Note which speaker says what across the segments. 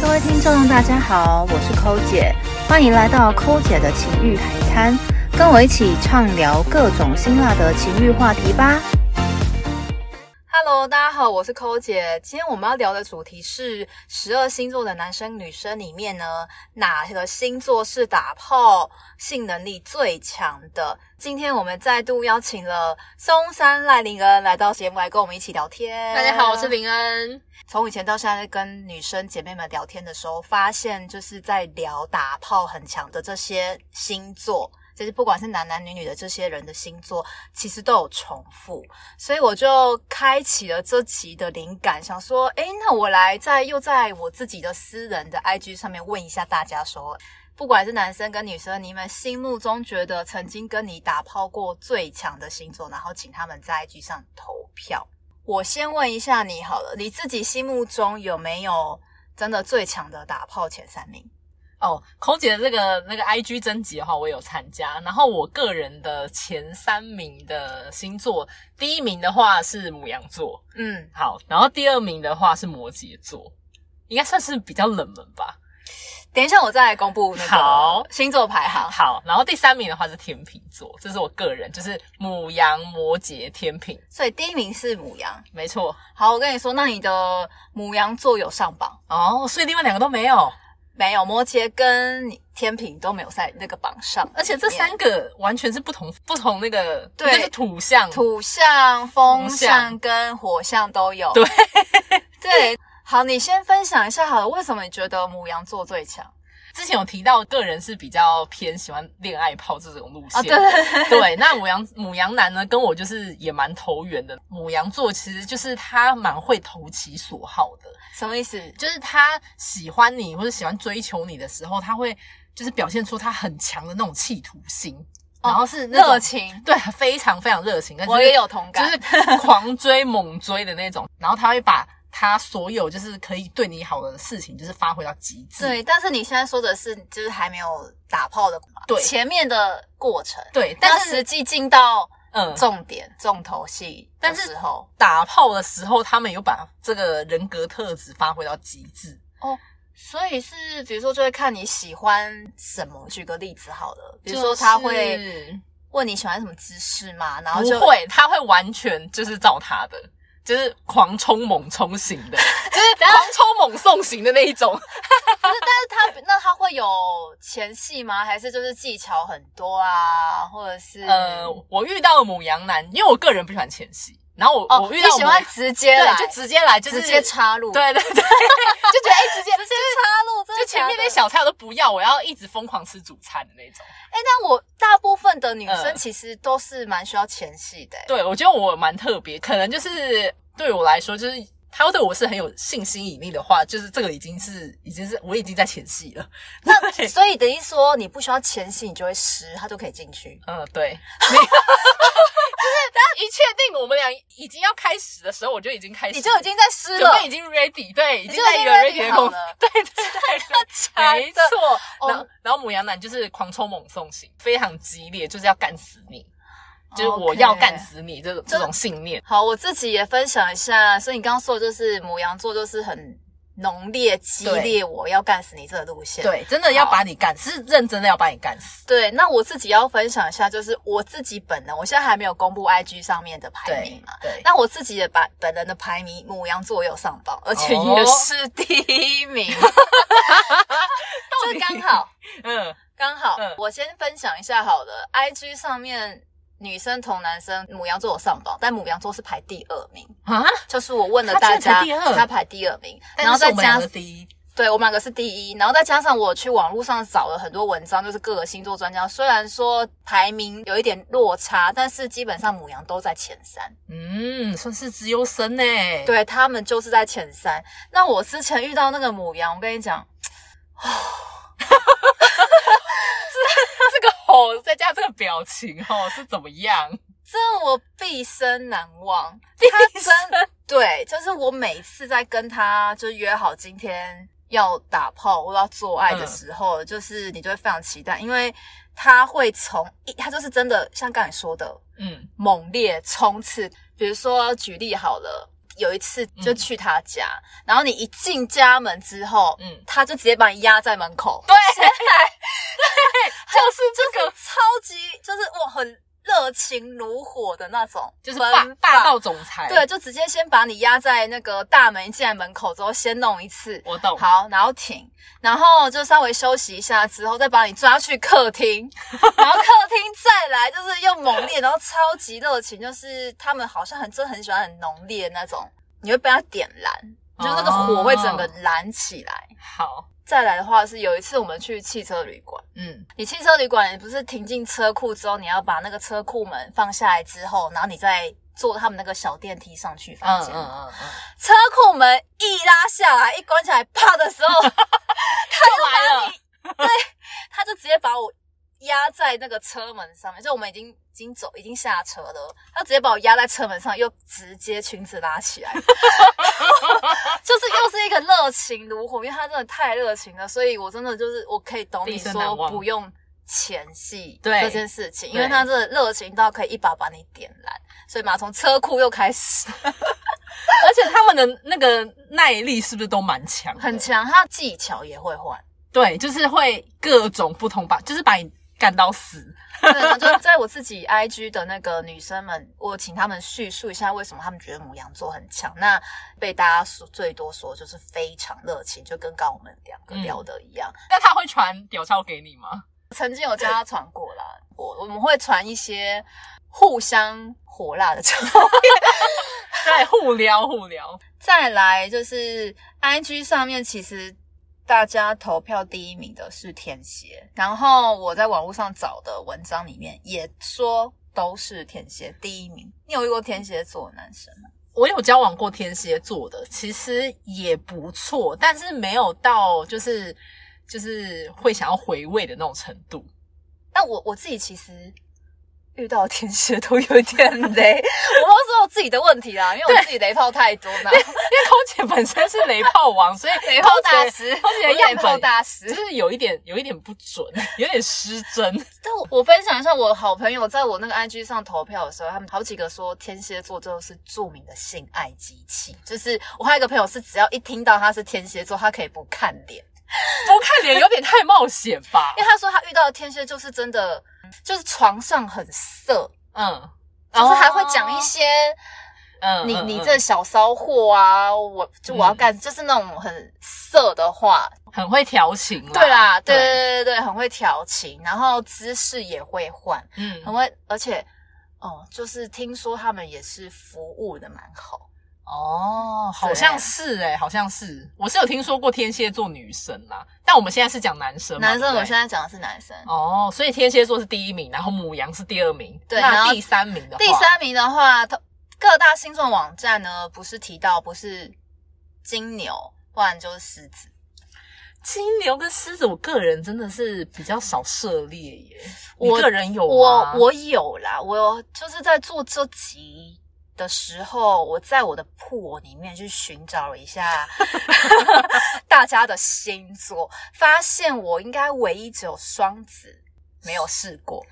Speaker 1: 各位听众，大家好，我是抠姐，欢迎来到抠姐的情欲海滩，跟我一起畅聊各种辛辣的情欲话题吧。
Speaker 2: Hello，大家好，我是抠姐。今天我们要聊的主题是十二星座的男生女生里面呢，哪个星座是打炮性能力最强的？今天我们再度邀请了松山赖林恩来到节目来跟我们一起聊天。
Speaker 3: 大家好，我是。林恩。
Speaker 2: 从以前到现在跟女生姐妹们聊天的时候，发现就是在聊打炮很强的这些星座，就是不管是男男女女的这些人的星座，其实都有重复，所以我就开启了这期的灵感，想说，诶，那我来在又在我自己的私人的 IG 上面问一下大家说。不管是男生跟女生，你们心目中觉得曾经跟你打炮过最强的星座，然后请他们在 IG 上投票。我先问一下你好了，你自己心目中有没有真的最强的打炮前三名？
Speaker 3: 哦，孔姐的这个那个 IG 征集的话，我有参加。然后我个人的前三名的星座，第一名的话是母羊座，
Speaker 2: 嗯，
Speaker 3: 好，然后第二名的话是摩羯座，应该算是比较冷门吧。
Speaker 2: 等一下我再来公布那
Speaker 3: 好
Speaker 2: 个星座排行。
Speaker 3: 好，然后第三名的话是天秤座，这是我个人，就是母羊、摩羯、天秤，
Speaker 2: 所以第一名是母羊。
Speaker 3: 没错。
Speaker 2: 好，我跟你说，那你的母羊座有上榜
Speaker 3: 哦，所以另外两个都没有，
Speaker 2: 没有？摩羯跟天平都没有在那个榜上，
Speaker 3: 而且这三个完全是不同不同那个，
Speaker 2: 对
Speaker 3: 就是土象，
Speaker 2: 土象、风
Speaker 3: 风
Speaker 2: 象
Speaker 3: 象
Speaker 2: 跟火象都有。
Speaker 3: 对
Speaker 2: 对，好，你先分享一下好了，为什么你觉得母羊座最强？
Speaker 3: 之前有提到，个人是比较偏喜欢恋爱炮这种路
Speaker 2: 啊，
Speaker 3: 线。
Speaker 2: 对对对，
Speaker 3: 对那母羊母羊男呢，跟我就是也蛮投缘的。母羊座其实就是他蛮会投其所好的，
Speaker 2: 什么意思？
Speaker 3: 就是他喜欢你或者喜欢追求你的时候，他会就是表现出他很强的那种企图心，然后是那种
Speaker 2: 哦热，情，
Speaker 3: 对，非常非常热情。跟
Speaker 2: 我也有同
Speaker 3: 就
Speaker 2: 感。
Speaker 3: 是 狂追猛追的那种，然后他会把他所有就是可以对你好的事情，就是发挥到极致。
Speaker 2: 对，但是你现在说的是，就是还没有打炮的，
Speaker 3: 对
Speaker 2: 前面的过程，
Speaker 3: 对，
Speaker 2: 但
Speaker 3: 但
Speaker 2: 是
Speaker 3: 是
Speaker 2: 实际进到
Speaker 3: 嗯，
Speaker 2: 重点、重头戏的
Speaker 3: 但是
Speaker 2: 时候，
Speaker 3: 打炮的时候，他们有把这个人格特质发挥到极致。
Speaker 2: 所以是比如说就会看你喜欢什么。举个例子好了，比如
Speaker 3: 就
Speaker 2: 说
Speaker 3: 是
Speaker 2: 他会问你喜欢什么姿势嘛，然后
Speaker 3: 不
Speaker 2: 就哎
Speaker 3: 会，他会完全就是照他的，就是狂冲猛冲型 的，就是狂冲猛送型的那一种。
Speaker 2: 但是他那他会有前戏吗？还是就是技巧很多啊，或者是
Speaker 3: 呃，我遇到母羊男，因为我个人不喜欢前戏，然后我、
Speaker 2: 哦，
Speaker 3: 我遇
Speaker 2: 你
Speaker 3: 到
Speaker 2: 喜欢
Speaker 3: 母
Speaker 2: 直接来，
Speaker 3: 对，就直接来，就是
Speaker 2: 直接，插入，
Speaker 3: 对对对，
Speaker 2: 就觉得哎、直接直接插入，真的
Speaker 3: 就前面
Speaker 2: 假
Speaker 3: 那
Speaker 2: 的
Speaker 3: 小菜我都不要，我要一直疯狂吃主餐的那种。
Speaker 2: 哎、但我大部分的女生
Speaker 3: 嗯
Speaker 2: 其实都是蛮需要前戏的、
Speaker 3: 对，我觉得我蛮特别，可能就是对我来说，就是他对我是很有性吸引力的话，就是这个已经是已经是我已经在前戏了。
Speaker 2: 那所以等于说你不需要前戏，你就会湿，它就可以进去。
Speaker 3: 嗯，对，没 有就是一确定我们俩已经要开始的时候，我就已经开始，
Speaker 2: 你就已经在湿
Speaker 3: 准
Speaker 2: 了，
Speaker 3: 备已经 ready，对，已
Speaker 2: 你
Speaker 3: 经
Speaker 2: 就
Speaker 3: 在
Speaker 2: 已
Speaker 3: 一
Speaker 2: 经
Speaker 3: 个
Speaker 2: ready
Speaker 3: ready 的
Speaker 2: 好
Speaker 3: 功夫
Speaker 2: 了，
Speaker 3: 对对 对，
Speaker 2: 的
Speaker 3: 没错。
Speaker 2: 哦
Speaker 3: 然后然后母羊男就是狂抽猛送型，非常激烈，就是要干死你，就是我
Speaker 2: OK
Speaker 3: 要干死你这种
Speaker 2: 这
Speaker 3: 这种信念。
Speaker 2: 好，我自己也分享一下，所以你刚刚说的就是母羊座，就是很浓烈、激烈，我要干死你这个路线。
Speaker 3: 对，真的要把你干，是认真的要把你干死。
Speaker 2: 对，那我自己要分享一下，就是我自己本人，我现在还没有公布 IG 上面的排名嘛。
Speaker 3: 对，
Speaker 2: 那我自己的本本人的排名，母羊座有上榜，而且
Speaker 3: 哦
Speaker 2: 也是第一 名，
Speaker 3: 到
Speaker 2: 这
Speaker 3: 底
Speaker 2: 刚好。
Speaker 3: 嗯，
Speaker 2: 刚好，
Speaker 3: 嗯
Speaker 2: 我先分享一下好了。IG 上面女生同男生，母羊座有上榜，但母羊座是排第二名。
Speaker 3: 啊，
Speaker 2: 就是我问了大家
Speaker 3: 他居然排第，二
Speaker 2: 他排第二名，然
Speaker 3: 然
Speaker 2: 后
Speaker 3: 后
Speaker 2: 再
Speaker 3: 再
Speaker 2: 加
Speaker 3: 加第一，
Speaker 2: 对我们两个是第一，然后再加上我去网络上找了很多文章，就是各个星座专家，虽然说排名有一点落差，但是基本上母羊都在前三，
Speaker 3: 嗯，算是资优生呢。，
Speaker 2: 对他们就是在前三。那我之前遇到那个母羊，我跟你讲，
Speaker 3: 这个吼再加这个表情吼 是怎么样？
Speaker 2: 这我毕生难忘。
Speaker 3: 他
Speaker 2: 真对，就是我每次在跟他就约好今天要打炮或要做爱的时候，就是你就会非常期待，因为他会从一，他就是真的像刚才说的
Speaker 3: 嗯
Speaker 2: 猛烈冲刺。比如说举例好了，有一次就去他家，然后你一进家门之后，
Speaker 3: 嗯
Speaker 2: 嗯，他就直接把你压在门口，
Speaker 3: 对，
Speaker 2: 就是这个超级就是我很热情如火的那种，
Speaker 3: 就是
Speaker 2: 奔
Speaker 3: 霸霸
Speaker 2: 放
Speaker 3: 道总裁。
Speaker 2: 对，，就直接先把你压在那个大门一进来门口之后，先弄一次。
Speaker 3: 我懂。
Speaker 2: 好，然后停，然后就稍微休息一下之后，再把你抓去客 厅，然后客厅再来就是又猛烈，然后超级热情，就是他们好像很真的很喜欢很浓烈的那种，你会被他点燃，就是那个火会整个
Speaker 3: 哦
Speaker 2: 燃起来。
Speaker 3: 好，
Speaker 2: 再来的话是有一次我们去汽车旅馆，
Speaker 3: 嗯，
Speaker 2: 你汽车旅馆你不是停进车库之后，你要把那个车库门放下来之后，然后你再坐他们那个小电梯上去房
Speaker 3: 嗯
Speaker 2: 间。
Speaker 3: 嗯嗯嗯，
Speaker 2: 车库门一拉下来，一关起来，啪的时候，
Speaker 3: 又来了，
Speaker 2: 他就直接把我压在那个车门上面，就我们已经已经走已经下车了，他直接把我压在车门上，又直接裙子拉起来， 就是又是一个热情如火，因为他真的太热情了，所以我真的就是我可以懂
Speaker 3: 毕
Speaker 2: 你
Speaker 3: 生难
Speaker 2: 说
Speaker 3: 忘
Speaker 2: 不用前戏
Speaker 3: 对
Speaker 2: 这件事情，
Speaker 3: 对
Speaker 2: 因为他真的热情到可以一把把你点燃，所以嘛，从车库又开始
Speaker 3: 而且他们的那个耐力是不是都蛮强的？
Speaker 2: 很强，他技巧也会换。
Speaker 3: 对，就是会各种不同把，就是把你干到死。
Speaker 2: 对，然后就在我自己 IG 的那个女生们，我请她们叙述一下为什么她们觉得母羊座很强。那被大家说最多说就是非常热情，就跟刚刚我们两个聊的一样。
Speaker 3: 那他会传屌照给你吗？
Speaker 2: 曾经有教她传过啦，我我们会传一些互相火辣的照 片。
Speaker 3: 对，互撩互撩。
Speaker 2: 再来就是 IG 上面，其实大家投票第一名的是天蝎，然后我在网络上找的文章里面也说都是天蝎第一名。你有遇过天蝎座的男生吗？
Speaker 3: 我有交往过天蝎座的，其实也不错，但是没有到就是就是会想要回味的那种程度。
Speaker 2: 但我我自己其实。遇到天蝎都有一点雷，我不是我自己的问题啦，因为我自己雷炮太多嘛，
Speaker 3: 因为空姐本身是雷炮王，所以
Speaker 2: 雷炮大
Speaker 3: 空姐
Speaker 2: 师，
Speaker 3: 空姐
Speaker 2: 我
Speaker 3: 的
Speaker 2: 是
Speaker 3: 样
Speaker 2: 雷炮
Speaker 3: 本
Speaker 2: 大
Speaker 3: 就
Speaker 2: 师。
Speaker 3: 是有一点有一点不准，有点失真。
Speaker 2: 但我我分享一下，我好朋友在我那个 IG 上投票的时候，他们好几个说天蝎座就是著名的性爱机器，就是我还有一个朋友是只要一听到他是天蝎座，他可以不看脸，
Speaker 3: 不看脸有点太冒险吧
Speaker 2: 因？为他说他遇到的天蝎就是真的，就是床上很色，
Speaker 3: 嗯，
Speaker 2: 就是还会讲一些
Speaker 3: 嗯
Speaker 2: 你
Speaker 3: 嗯
Speaker 2: 你
Speaker 3: 嗯
Speaker 2: 这小骚货啊，我就我要干，就是那种很色的话，
Speaker 3: 很会调情啦。
Speaker 2: 对啊啦，对
Speaker 3: 对
Speaker 2: 对对对，很会调情，然后姿势也会换。
Speaker 3: 嗯
Speaker 2: 很会，而且哦，就是听说他们也是服务的蛮好，
Speaker 3: 哦，好
Speaker 2: 对
Speaker 3: 像是哎、好像是，我是有听说过天蝎座女生啦，但我们现在是讲男生嘛，
Speaker 2: 男生我现
Speaker 3: 在。
Speaker 2: 在讲的是男生。
Speaker 3: 哦，所以天蝎座是第一名，然后母羊是第二名，
Speaker 2: 对然
Speaker 3: 那
Speaker 2: 后
Speaker 3: 第三名的话
Speaker 2: 第三名的话，它各大星座网站呢不是提到不是金牛，不然就是狮子。
Speaker 3: 金牛跟狮子，我个人真的是比较少涉猎耶。
Speaker 2: 我
Speaker 3: 你个人有
Speaker 2: 我
Speaker 3: 吗
Speaker 2: 我有啦，我有就是在做这集的时候，我在我的铺里面去寻找了一 下大家的星座，发现我应该唯一只有双子没有试过。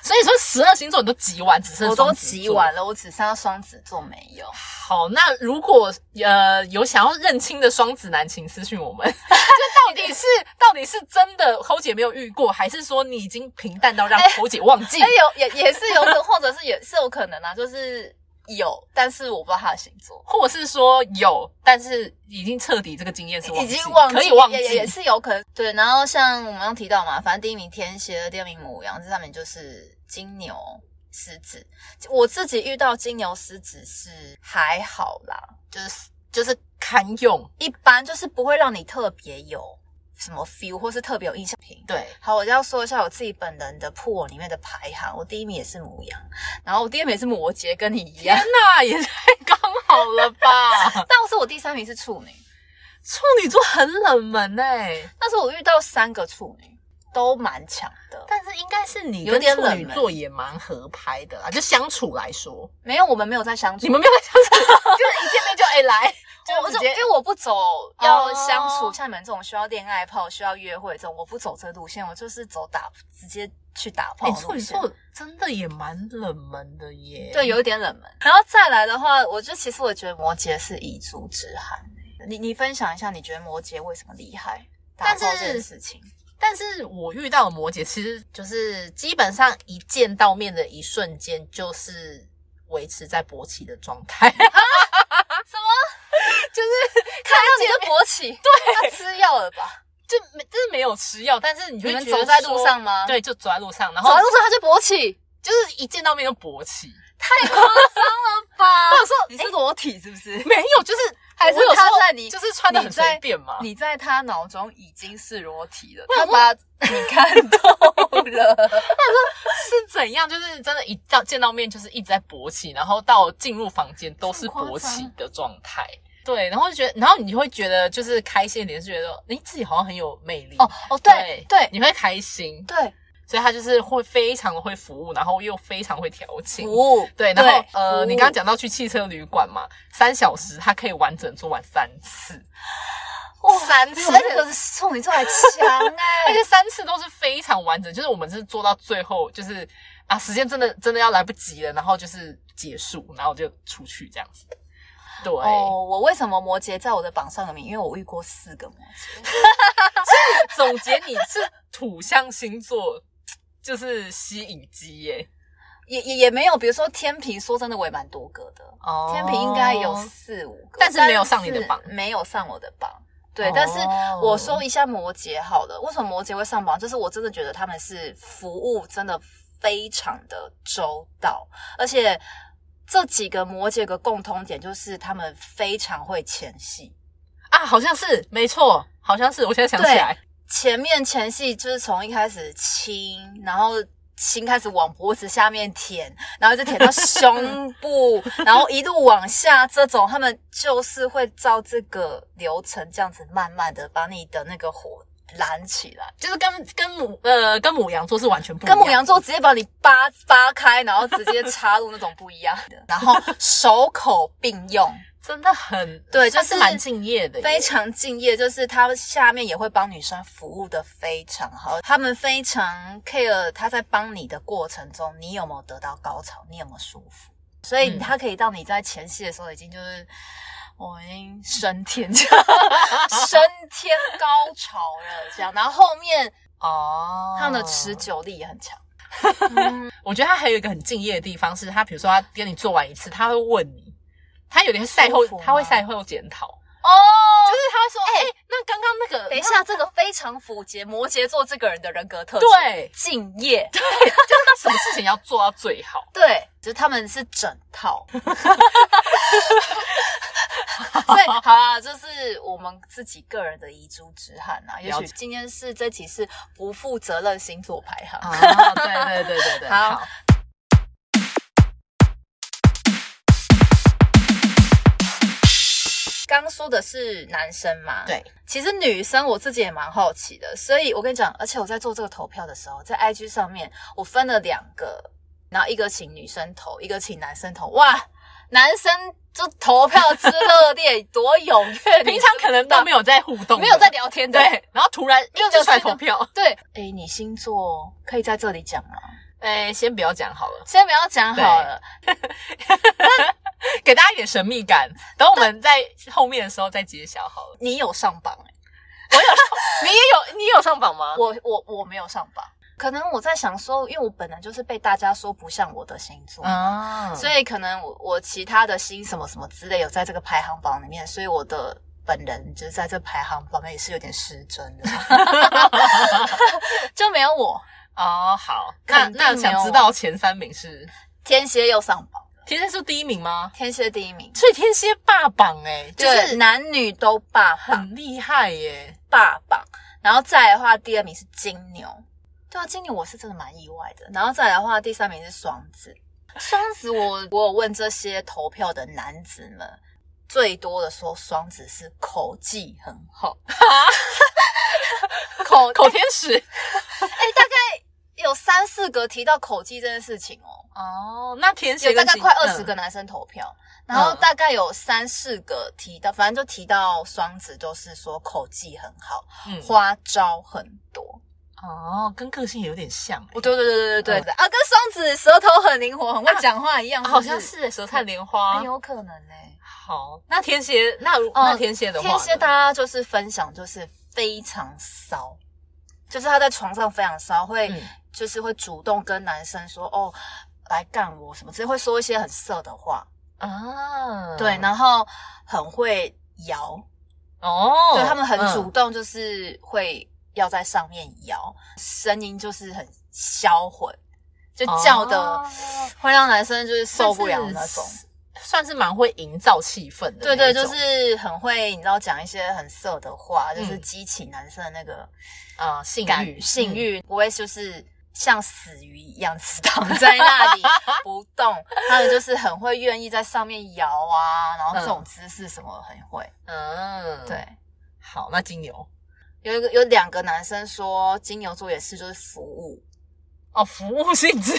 Speaker 3: 所以说十二星座你都集完，只剩
Speaker 2: 我都
Speaker 3: 双子
Speaker 2: 急
Speaker 3: 座
Speaker 2: 完了，我只剩下双子座没 有。
Speaker 3: 好，那如果呃有想要认清的双子男，请私讯我们。 这到底是到底是真的侯姐没有遇过，还是说你已经平淡到让侯姐忘记？
Speaker 2: 哎、有也也是有可能，或者是也是有可能啊，就是有，但是我不知道他的星座，
Speaker 3: 或者是说有，但是已经彻底这个经验是忘
Speaker 2: 已
Speaker 3: 记
Speaker 2: 经忘记，
Speaker 3: 可以忘记，
Speaker 2: 也也也是有可能。对，然后像我们刚提到嘛，反正第一名天蝎，第二名母羊，这上面就是金牛、狮子。我自己遇到金牛、狮子是还好啦，
Speaker 3: 就是就是堪用。
Speaker 2: 一般就是不会让你特别有什么 feel 或是特别有印象品。
Speaker 3: 对，
Speaker 2: 好，我就要说一下我自己本人的铺里面的排行，我第一名也是母羊，然后我第二名也是摩羯，跟你一样！
Speaker 3: 天，哪，也太刚好了吧
Speaker 2: 但是我第三名是处女，
Speaker 3: 处女座很冷门哎、
Speaker 2: 但是我遇到三个处女，都蛮强的。
Speaker 3: 但是应该是你
Speaker 2: 有
Speaker 3: 跟
Speaker 2: 点
Speaker 3: 处
Speaker 2: 冷
Speaker 3: 女
Speaker 2: 门
Speaker 3: 座也蛮合拍的啊啦，就相处来说，
Speaker 2: 没有，我们没有在相处，
Speaker 3: 你们没有在相 处，
Speaker 2: 就是一见面就哎、来，
Speaker 3: 就
Speaker 2: 我
Speaker 3: 直
Speaker 2: 就
Speaker 3: 接
Speaker 2: 因为我不走要相
Speaker 3: 哦
Speaker 2: 处，像你们这种需要恋爱炮、需要约会这种，我不走这路线，我就是走打直接去打炮
Speaker 3: 哎，
Speaker 2: 的路线。
Speaker 3: 处女座真的也蛮冷门的耶。
Speaker 2: 对，有一点冷门。然后再来的话，我就其实我觉得摩羯是遗珠之憾。你你分享一下，你觉得摩羯为什么厉害？打
Speaker 3: 但
Speaker 2: 炮
Speaker 3: 是
Speaker 2: 这件事情，
Speaker 3: 但是我遇到的摩羯，其实就是基本上一见到面的一瞬间，就是维持在勃起的状态。什么？就是
Speaker 2: 看到你的勃起，对，他吃药了吧？
Speaker 3: 就没，就是没有吃药，但是你就
Speaker 2: 你们
Speaker 3: 觉得
Speaker 2: 走在路
Speaker 3: 说
Speaker 2: 上吗
Speaker 3: 对，就走在路上，然
Speaker 2: 走
Speaker 3: 后
Speaker 2: 在路上他就勃起，
Speaker 3: 就是一见到面就勃起。
Speaker 2: 太夸张了吧？
Speaker 3: 我想说
Speaker 2: 你是裸体是不是？
Speaker 3: 没有，就是
Speaker 2: 还是
Speaker 3: 我有时候
Speaker 2: 他在你
Speaker 3: 就是穿的很随便嘛。
Speaker 2: 你在他脑中已经是裸体了，
Speaker 3: 我
Speaker 2: 他
Speaker 3: 想
Speaker 2: 把你看透了。
Speaker 3: 是怎样？就是真的，一到见到面就是一直在勃起，然后到进入房间都是勃起的状态。对，然后就觉得，然后你会觉得就是开心一点，是觉得你自己好像很有魅力
Speaker 2: 哦哦，对对
Speaker 3: 你会开心，
Speaker 2: 对，
Speaker 3: 所以他就是会非常的会服务，然后又非常会调情。
Speaker 2: 务
Speaker 3: 对，然后
Speaker 2: 服务
Speaker 3: 呃，你刚刚讲到去汽车旅馆嘛，三小时他可以完整做完三次，三次，
Speaker 2: 而且可是处女座还强
Speaker 3: 而
Speaker 2: 哎、
Speaker 3: 且三次都是非常完整，就是我们是做到最后，就是啊，时间真的真的要来不及了，然后就是结束，然后就出去这样子。对，
Speaker 2: 哦，我为什么摩羯在我的榜上有名？因为我遇过四个摩羯，
Speaker 3: 总结你是土象星座，就是吸引机耶。
Speaker 2: 也也也没有，比如说天平，说真的我也蛮多个的，
Speaker 3: 哦
Speaker 2: 天平应该有四五个，
Speaker 3: 但是没有上你的榜
Speaker 2: 但是没有上我的榜。对
Speaker 3: 哦，
Speaker 2: 但是我说一下摩羯好了，为什么摩羯会上榜？就是我真的觉得他们是服务真的非常的周到，而且这几个摩羯有个共通点就是他们非常会前戏。
Speaker 3: 啊，好像是，没错，好像是，我现在想起
Speaker 2: 对
Speaker 3: 来，
Speaker 2: 前面前戏就是从一开始亲，然后亲开始往脖子下面舔，然后就舔到胸部， 然后一路往下，这种他们就是会照这个流程这样子慢慢的把你的那个火燃起来。
Speaker 3: 就是跟跟母呃跟母羊座是完全不一
Speaker 2: 跟
Speaker 3: 样，
Speaker 2: 母羊座直接把你扒扒开，然后直接插入那种不一样的，然后手口并用，
Speaker 3: 真的很
Speaker 2: 对
Speaker 3: 算
Speaker 2: 就是是
Speaker 3: 蛮敬业的耶，
Speaker 2: 非常敬业，就是他下面也会帮女生服务的非常好，他们非常 care 他在帮你的过程中，你有没有得到高潮，你有没有舒服，所以
Speaker 3: 嗯
Speaker 2: 他可以到你在前戏的时候已经就是。我已经升天， 升天高潮了，这样。然后后面
Speaker 3: 哦，
Speaker 2: 他们的持久力也很 强，嗯
Speaker 3: 我觉得他还有一个很敬业的地方是，他比如说他跟你做完一次，他会问你，他有点赛后
Speaker 2: 舒服，吗
Speaker 3: 他会赛后检讨，
Speaker 2: 哦，
Speaker 3: 就是他会说，哎、那刚刚那个，
Speaker 2: 等一下，这个非常符节摩羯座这个人的人格特质，
Speaker 3: 对，
Speaker 2: 敬业，
Speaker 3: 那什么事情要做到最好？
Speaker 2: 对，就是他们是整套。 所以好啊，就是我们自己个人的遗珠之憾啊。也
Speaker 3: 了
Speaker 2: 许
Speaker 3: 解
Speaker 2: 今天是这期是不负责任星座排行，
Speaker 3: 啊，对对对对对，
Speaker 2: 好刚说的是男生嘛？
Speaker 3: 对，
Speaker 2: 其实女生我自己也蛮好奇的，所以我跟你讲，而且我在做这个投票的时候，在 IG 上面我分了两个，然后一个请女生投，一个请男生投，哇，男生就投票之热烈， 多踊跃，
Speaker 3: 平常可能都没
Speaker 2: 有
Speaker 3: 有在互动，
Speaker 2: 没有在。聊天的，
Speaker 3: 哎对，然后突然又出来投票。
Speaker 2: 对，哎，你星座可以在这里讲吗？
Speaker 3: 哎，先不要讲好了，
Speaker 2: 先不要讲好了，
Speaker 3: 给大家一点神秘感。等我们在后面的时候再揭晓好了。
Speaker 2: 你有上榜哎、
Speaker 3: 你也有，你也有上榜吗？
Speaker 2: 我我我没有上榜，可能我在想说，因为我本来就是被大家说不像我的星座，
Speaker 3: 啊，
Speaker 2: 所以可能我我其他的星什么什么之类有在这个排行榜里面，所以我的本人就是在这排行榜里面也是有点失真的， 就没有我
Speaker 3: 哦，好，那
Speaker 2: 肯定
Speaker 3: 那
Speaker 2: 没有
Speaker 3: 想
Speaker 2: 啊
Speaker 3: 知道前三名是
Speaker 2: 天蝎又上榜，
Speaker 3: 天蝎是第一名吗？
Speaker 2: 天蝎第一名，
Speaker 3: 所以天蝎霸榜哎、就
Speaker 2: 就是
Speaker 3: 是
Speaker 2: 男女都霸榜
Speaker 3: 很厉害 耶、
Speaker 2: 霸榜，然后再来的话，第二名是金牛，对啊，金牛我是真的蛮意外的，然后再来的话，第三名是双子，双子我我有问这些投票的男子们。最多的说双子是口技很好，口
Speaker 3: 口天使
Speaker 2: 哎、大概有三四个提到口技这件事情哦，
Speaker 3: 哦，那填写
Speaker 2: 有大嗯概快二十
Speaker 3: 个
Speaker 2: 个男生投票，然后大概有三四个提到，反正就提到双子都是说口技很好，
Speaker 3: 嗯
Speaker 2: 花招很多。
Speaker 3: 哦，跟个性有点像欸，
Speaker 2: 哦，对对对对对对、啊，跟双子舌头很灵活、很会讲话一样，
Speaker 3: 啊好像是欸舌灿莲花
Speaker 2: 很。有可能呢、
Speaker 3: 好，那填写那如
Speaker 2: 哦
Speaker 3: 那填写的话呢，
Speaker 2: 天蝎大家就是分享，就是非常骚，就是他在床上非常骚，会、
Speaker 3: 嗯
Speaker 2: 就是会主动跟男生说哦来干我什么，只会说一些很色的话，
Speaker 3: 啊，
Speaker 2: 对，然后很会摇，
Speaker 3: 哦，
Speaker 2: 对他们很
Speaker 3: 嗯
Speaker 2: 主动，就是会要在上面摇，声音就是很销魂，就叫的
Speaker 3: 哦
Speaker 2: 会让男生就是受不了那种
Speaker 3: 算。是，算是蛮会营造气氛的那
Speaker 2: 对对，
Speaker 3: 种。
Speaker 2: 就是很会，你知道讲一些很色的话，就是
Speaker 3: 嗯
Speaker 2: 激起男生的那个
Speaker 3: 啊，性
Speaker 2: 感
Speaker 3: 欲，
Speaker 2: 性欲，不会就是像死鱼一样死躺在那 里不动。他们就是很会愿意在上面摇啊，然后这种姿势什么很会。
Speaker 3: 嗯，嗯，
Speaker 2: 对，
Speaker 3: 好，那金牛
Speaker 2: 有一个有两个男生说金牛座也是就是服务，
Speaker 3: 哦，服务 性质，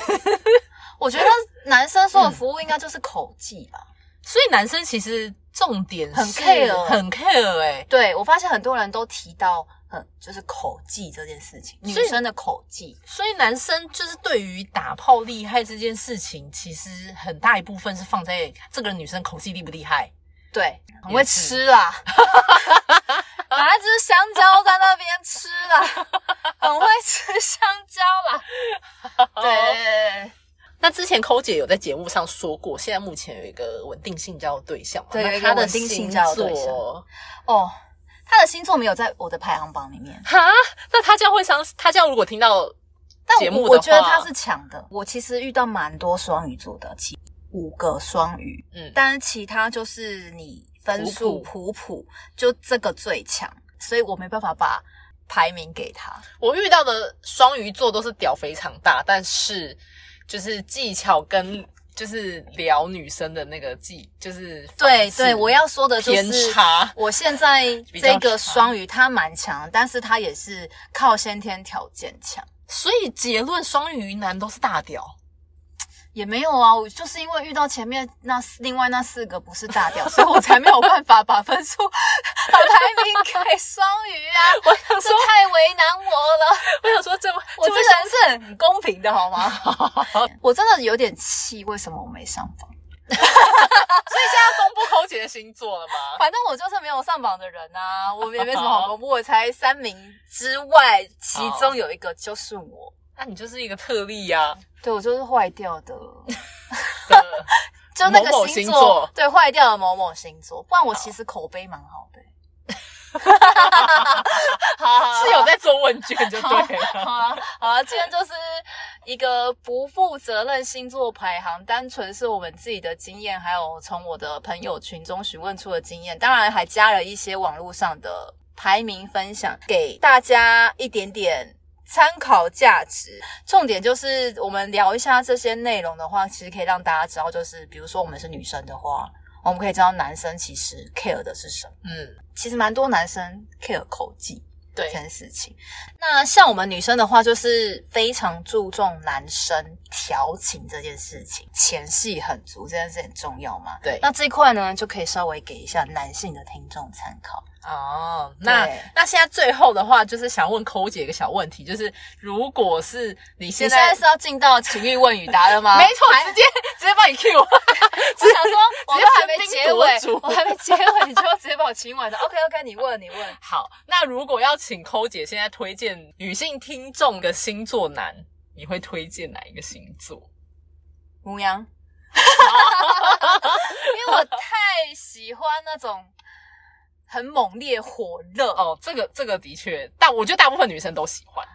Speaker 2: 我觉得男生说的服务应该就是口技
Speaker 3: 嗯
Speaker 2: 吧。
Speaker 3: 所以男生其实重点
Speaker 2: 很
Speaker 3: 是
Speaker 2: care
Speaker 3: 很 care 哎、
Speaker 2: 对我发现很多人都提到很就是口技这件事情，女
Speaker 3: 所以
Speaker 2: 生的口技。
Speaker 3: 所以男生就是对于打炮厉害这件事情，其实很大一部分是放在这个女生口技厉不厉害。
Speaker 2: 对，很
Speaker 3: 也
Speaker 2: 会
Speaker 3: 是
Speaker 2: 吃 啦，拿一只香蕉在那边吃 啦，很会吃香蕉啦。 对对，对
Speaker 3: 那之前抠姐有在节目上说过，现在目前有一个稳定性交的对象嘛，
Speaker 2: 对有
Speaker 3: 那
Speaker 2: 一个
Speaker 3: 她的
Speaker 2: 稳定性交的对象
Speaker 3: 星座
Speaker 2: 哦，他的星座没有在我的排行榜里面，
Speaker 3: 哈，那他这样会伤，他这样如果听到
Speaker 2: 但
Speaker 3: 节目
Speaker 2: 我
Speaker 3: 的话
Speaker 2: 我觉得他是强的。我其实遇到蛮多双鱼座的，其五个双鱼，
Speaker 3: 嗯
Speaker 2: 但是其他就是你分数普普，就这个最强，所以我没办法把排名给他。
Speaker 3: 我遇到的双鱼座都是屌非常大，但是就是技巧跟就是聊女生的那个技，就是
Speaker 2: 对
Speaker 3: 方式
Speaker 2: 对，我要说的就
Speaker 3: 偏
Speaker 2: 是。
Speaker 3: 差。
Speaker 2: 我现在
Speaker 3: 比较
Speaker 2: 这个
Speaker 3: 差
Speaker 2: 双鱼他蛮强，但是他也是靠先天条件强，
Speaker 3: 所以结论，双鱼男都是大屌。
Speaker 2: 也没有啊。我就是因为遇到前面那四另外那四个不是大调，所以我才没有办法把分数把排名给双鱼 啊。
Speaker 3: 我想
Speaker 2: 这
Speaker 3: 说，
Speaker 2: 太为难我 了，
Speaker 3: 我想说这，
Speaker 2: 我
Speaker 3: 这
Speaker 2: 这
Speaker 3: 位
Speaker 2: 个人是很公平的好吗？ 我真的有点气，为什么我没上榜？
Speaker 3: 所以现在要公布抠姐的星座 了吗？
Speaker 2: 反正我就是没有上榜的人啊，我也没什么好公布，我才三名之外，其 中有一个就是我。
Speaker 3: 那你就是一个特例呀、啊。
Speaker 2: 对，我就是坏掉 的，
Speaker 3: 的
Speaker 2: 就那个
Speaker 3: 某某
Speaker 2: 星
Speaker 3: 星座
Speaker 2: 对，坏掉的某某星座。不然我其实口碑蛮好的、 欸好好好
Speaker 3: 是有在做问卷就对了。
Speaker 2: 好啊，好啊，今天就是一个不负责任星座排行，单纯是我们自己的经验，还有从我的朋友群中询问出的经验，当然还加了一些网络上的排名分享，给大家一点点。参考价值，重点就是我们聊一下这些内容的话，其实可以让大家知道，就是比如说我们是女生的话，我们可以知道男生其实 care 的是什么。
Speaker 3: 嗯，
Speaker 2: 其实蛮多男生 care 口技，
Speaker 3: 对
Speaker 2: 这，件事情。那像我们女生的话，就是非常注重男生调情这件事情，前戏很足这件事很重要嘛。
Speaker 3: 对
Speaker 2: 那这一块呢，就可以稍微给一下男性的听众参考。
Speaker 3: 哦，那
Speaker 2: 对
Speaker 3: 那现在最后的话，就是想问抠姐一个小问题，就是如果是你
Speaker 2: 你
Speaker 3: 现
Speaker 2: 现在
Speaker 3: 在，
Speaker 2: 是要进到情欲问与答了吗？
Speaker 3: 没错，
Speaker 2: 还
Speaker 3: 直接直接帮你 Q，
Speaker 2: 我想说，我们
Speaker 3: 直接
Speaker 2: 还没结尾
Speaker 3: 喧宾夺，主
Speaker 2: 我还没结尾，你就要直接把我亲完的。OK OK，你问，你问。
Speaker 3: 好，那如果要请抠姐现在推荐女性听众的星座男，你会推荐哪一个星座？
Speaker 2: 母羊， 因为我太喜欢那种很猛烈火热哦
Speaker 3: 哦，这个这个的确，但我觉得大部分女生都喜欢。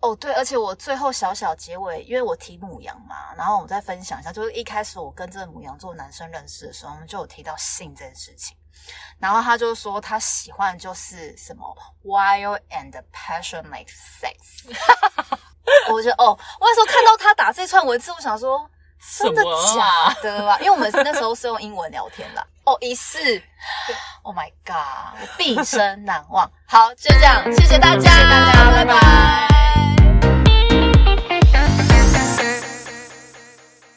Speaker 2: 哦对，而且我最后小小结尾，因为我提母羊嘛，然后我再分享一下，就是一开始我跟这个母羊座男生认识的时候，我们就有提到性这件事情，然后他就说他喜欢的就是什么 wild and passionate sex，我觉得哦，我那时候看到他打这串文字，我想说。真的
Speaker 3: 什么啊
Speaker 2: 假的啊？因为我们那时候是用英文聊天啦。哦，一试，Oh my god，我毕生难忘。好，就这样，谢谢大家，
Speaker 3: 谢谢大家
Speaker 2: 拜
Speaker 3: 拜
Speaker 2: 拜
Speaker 3: 拜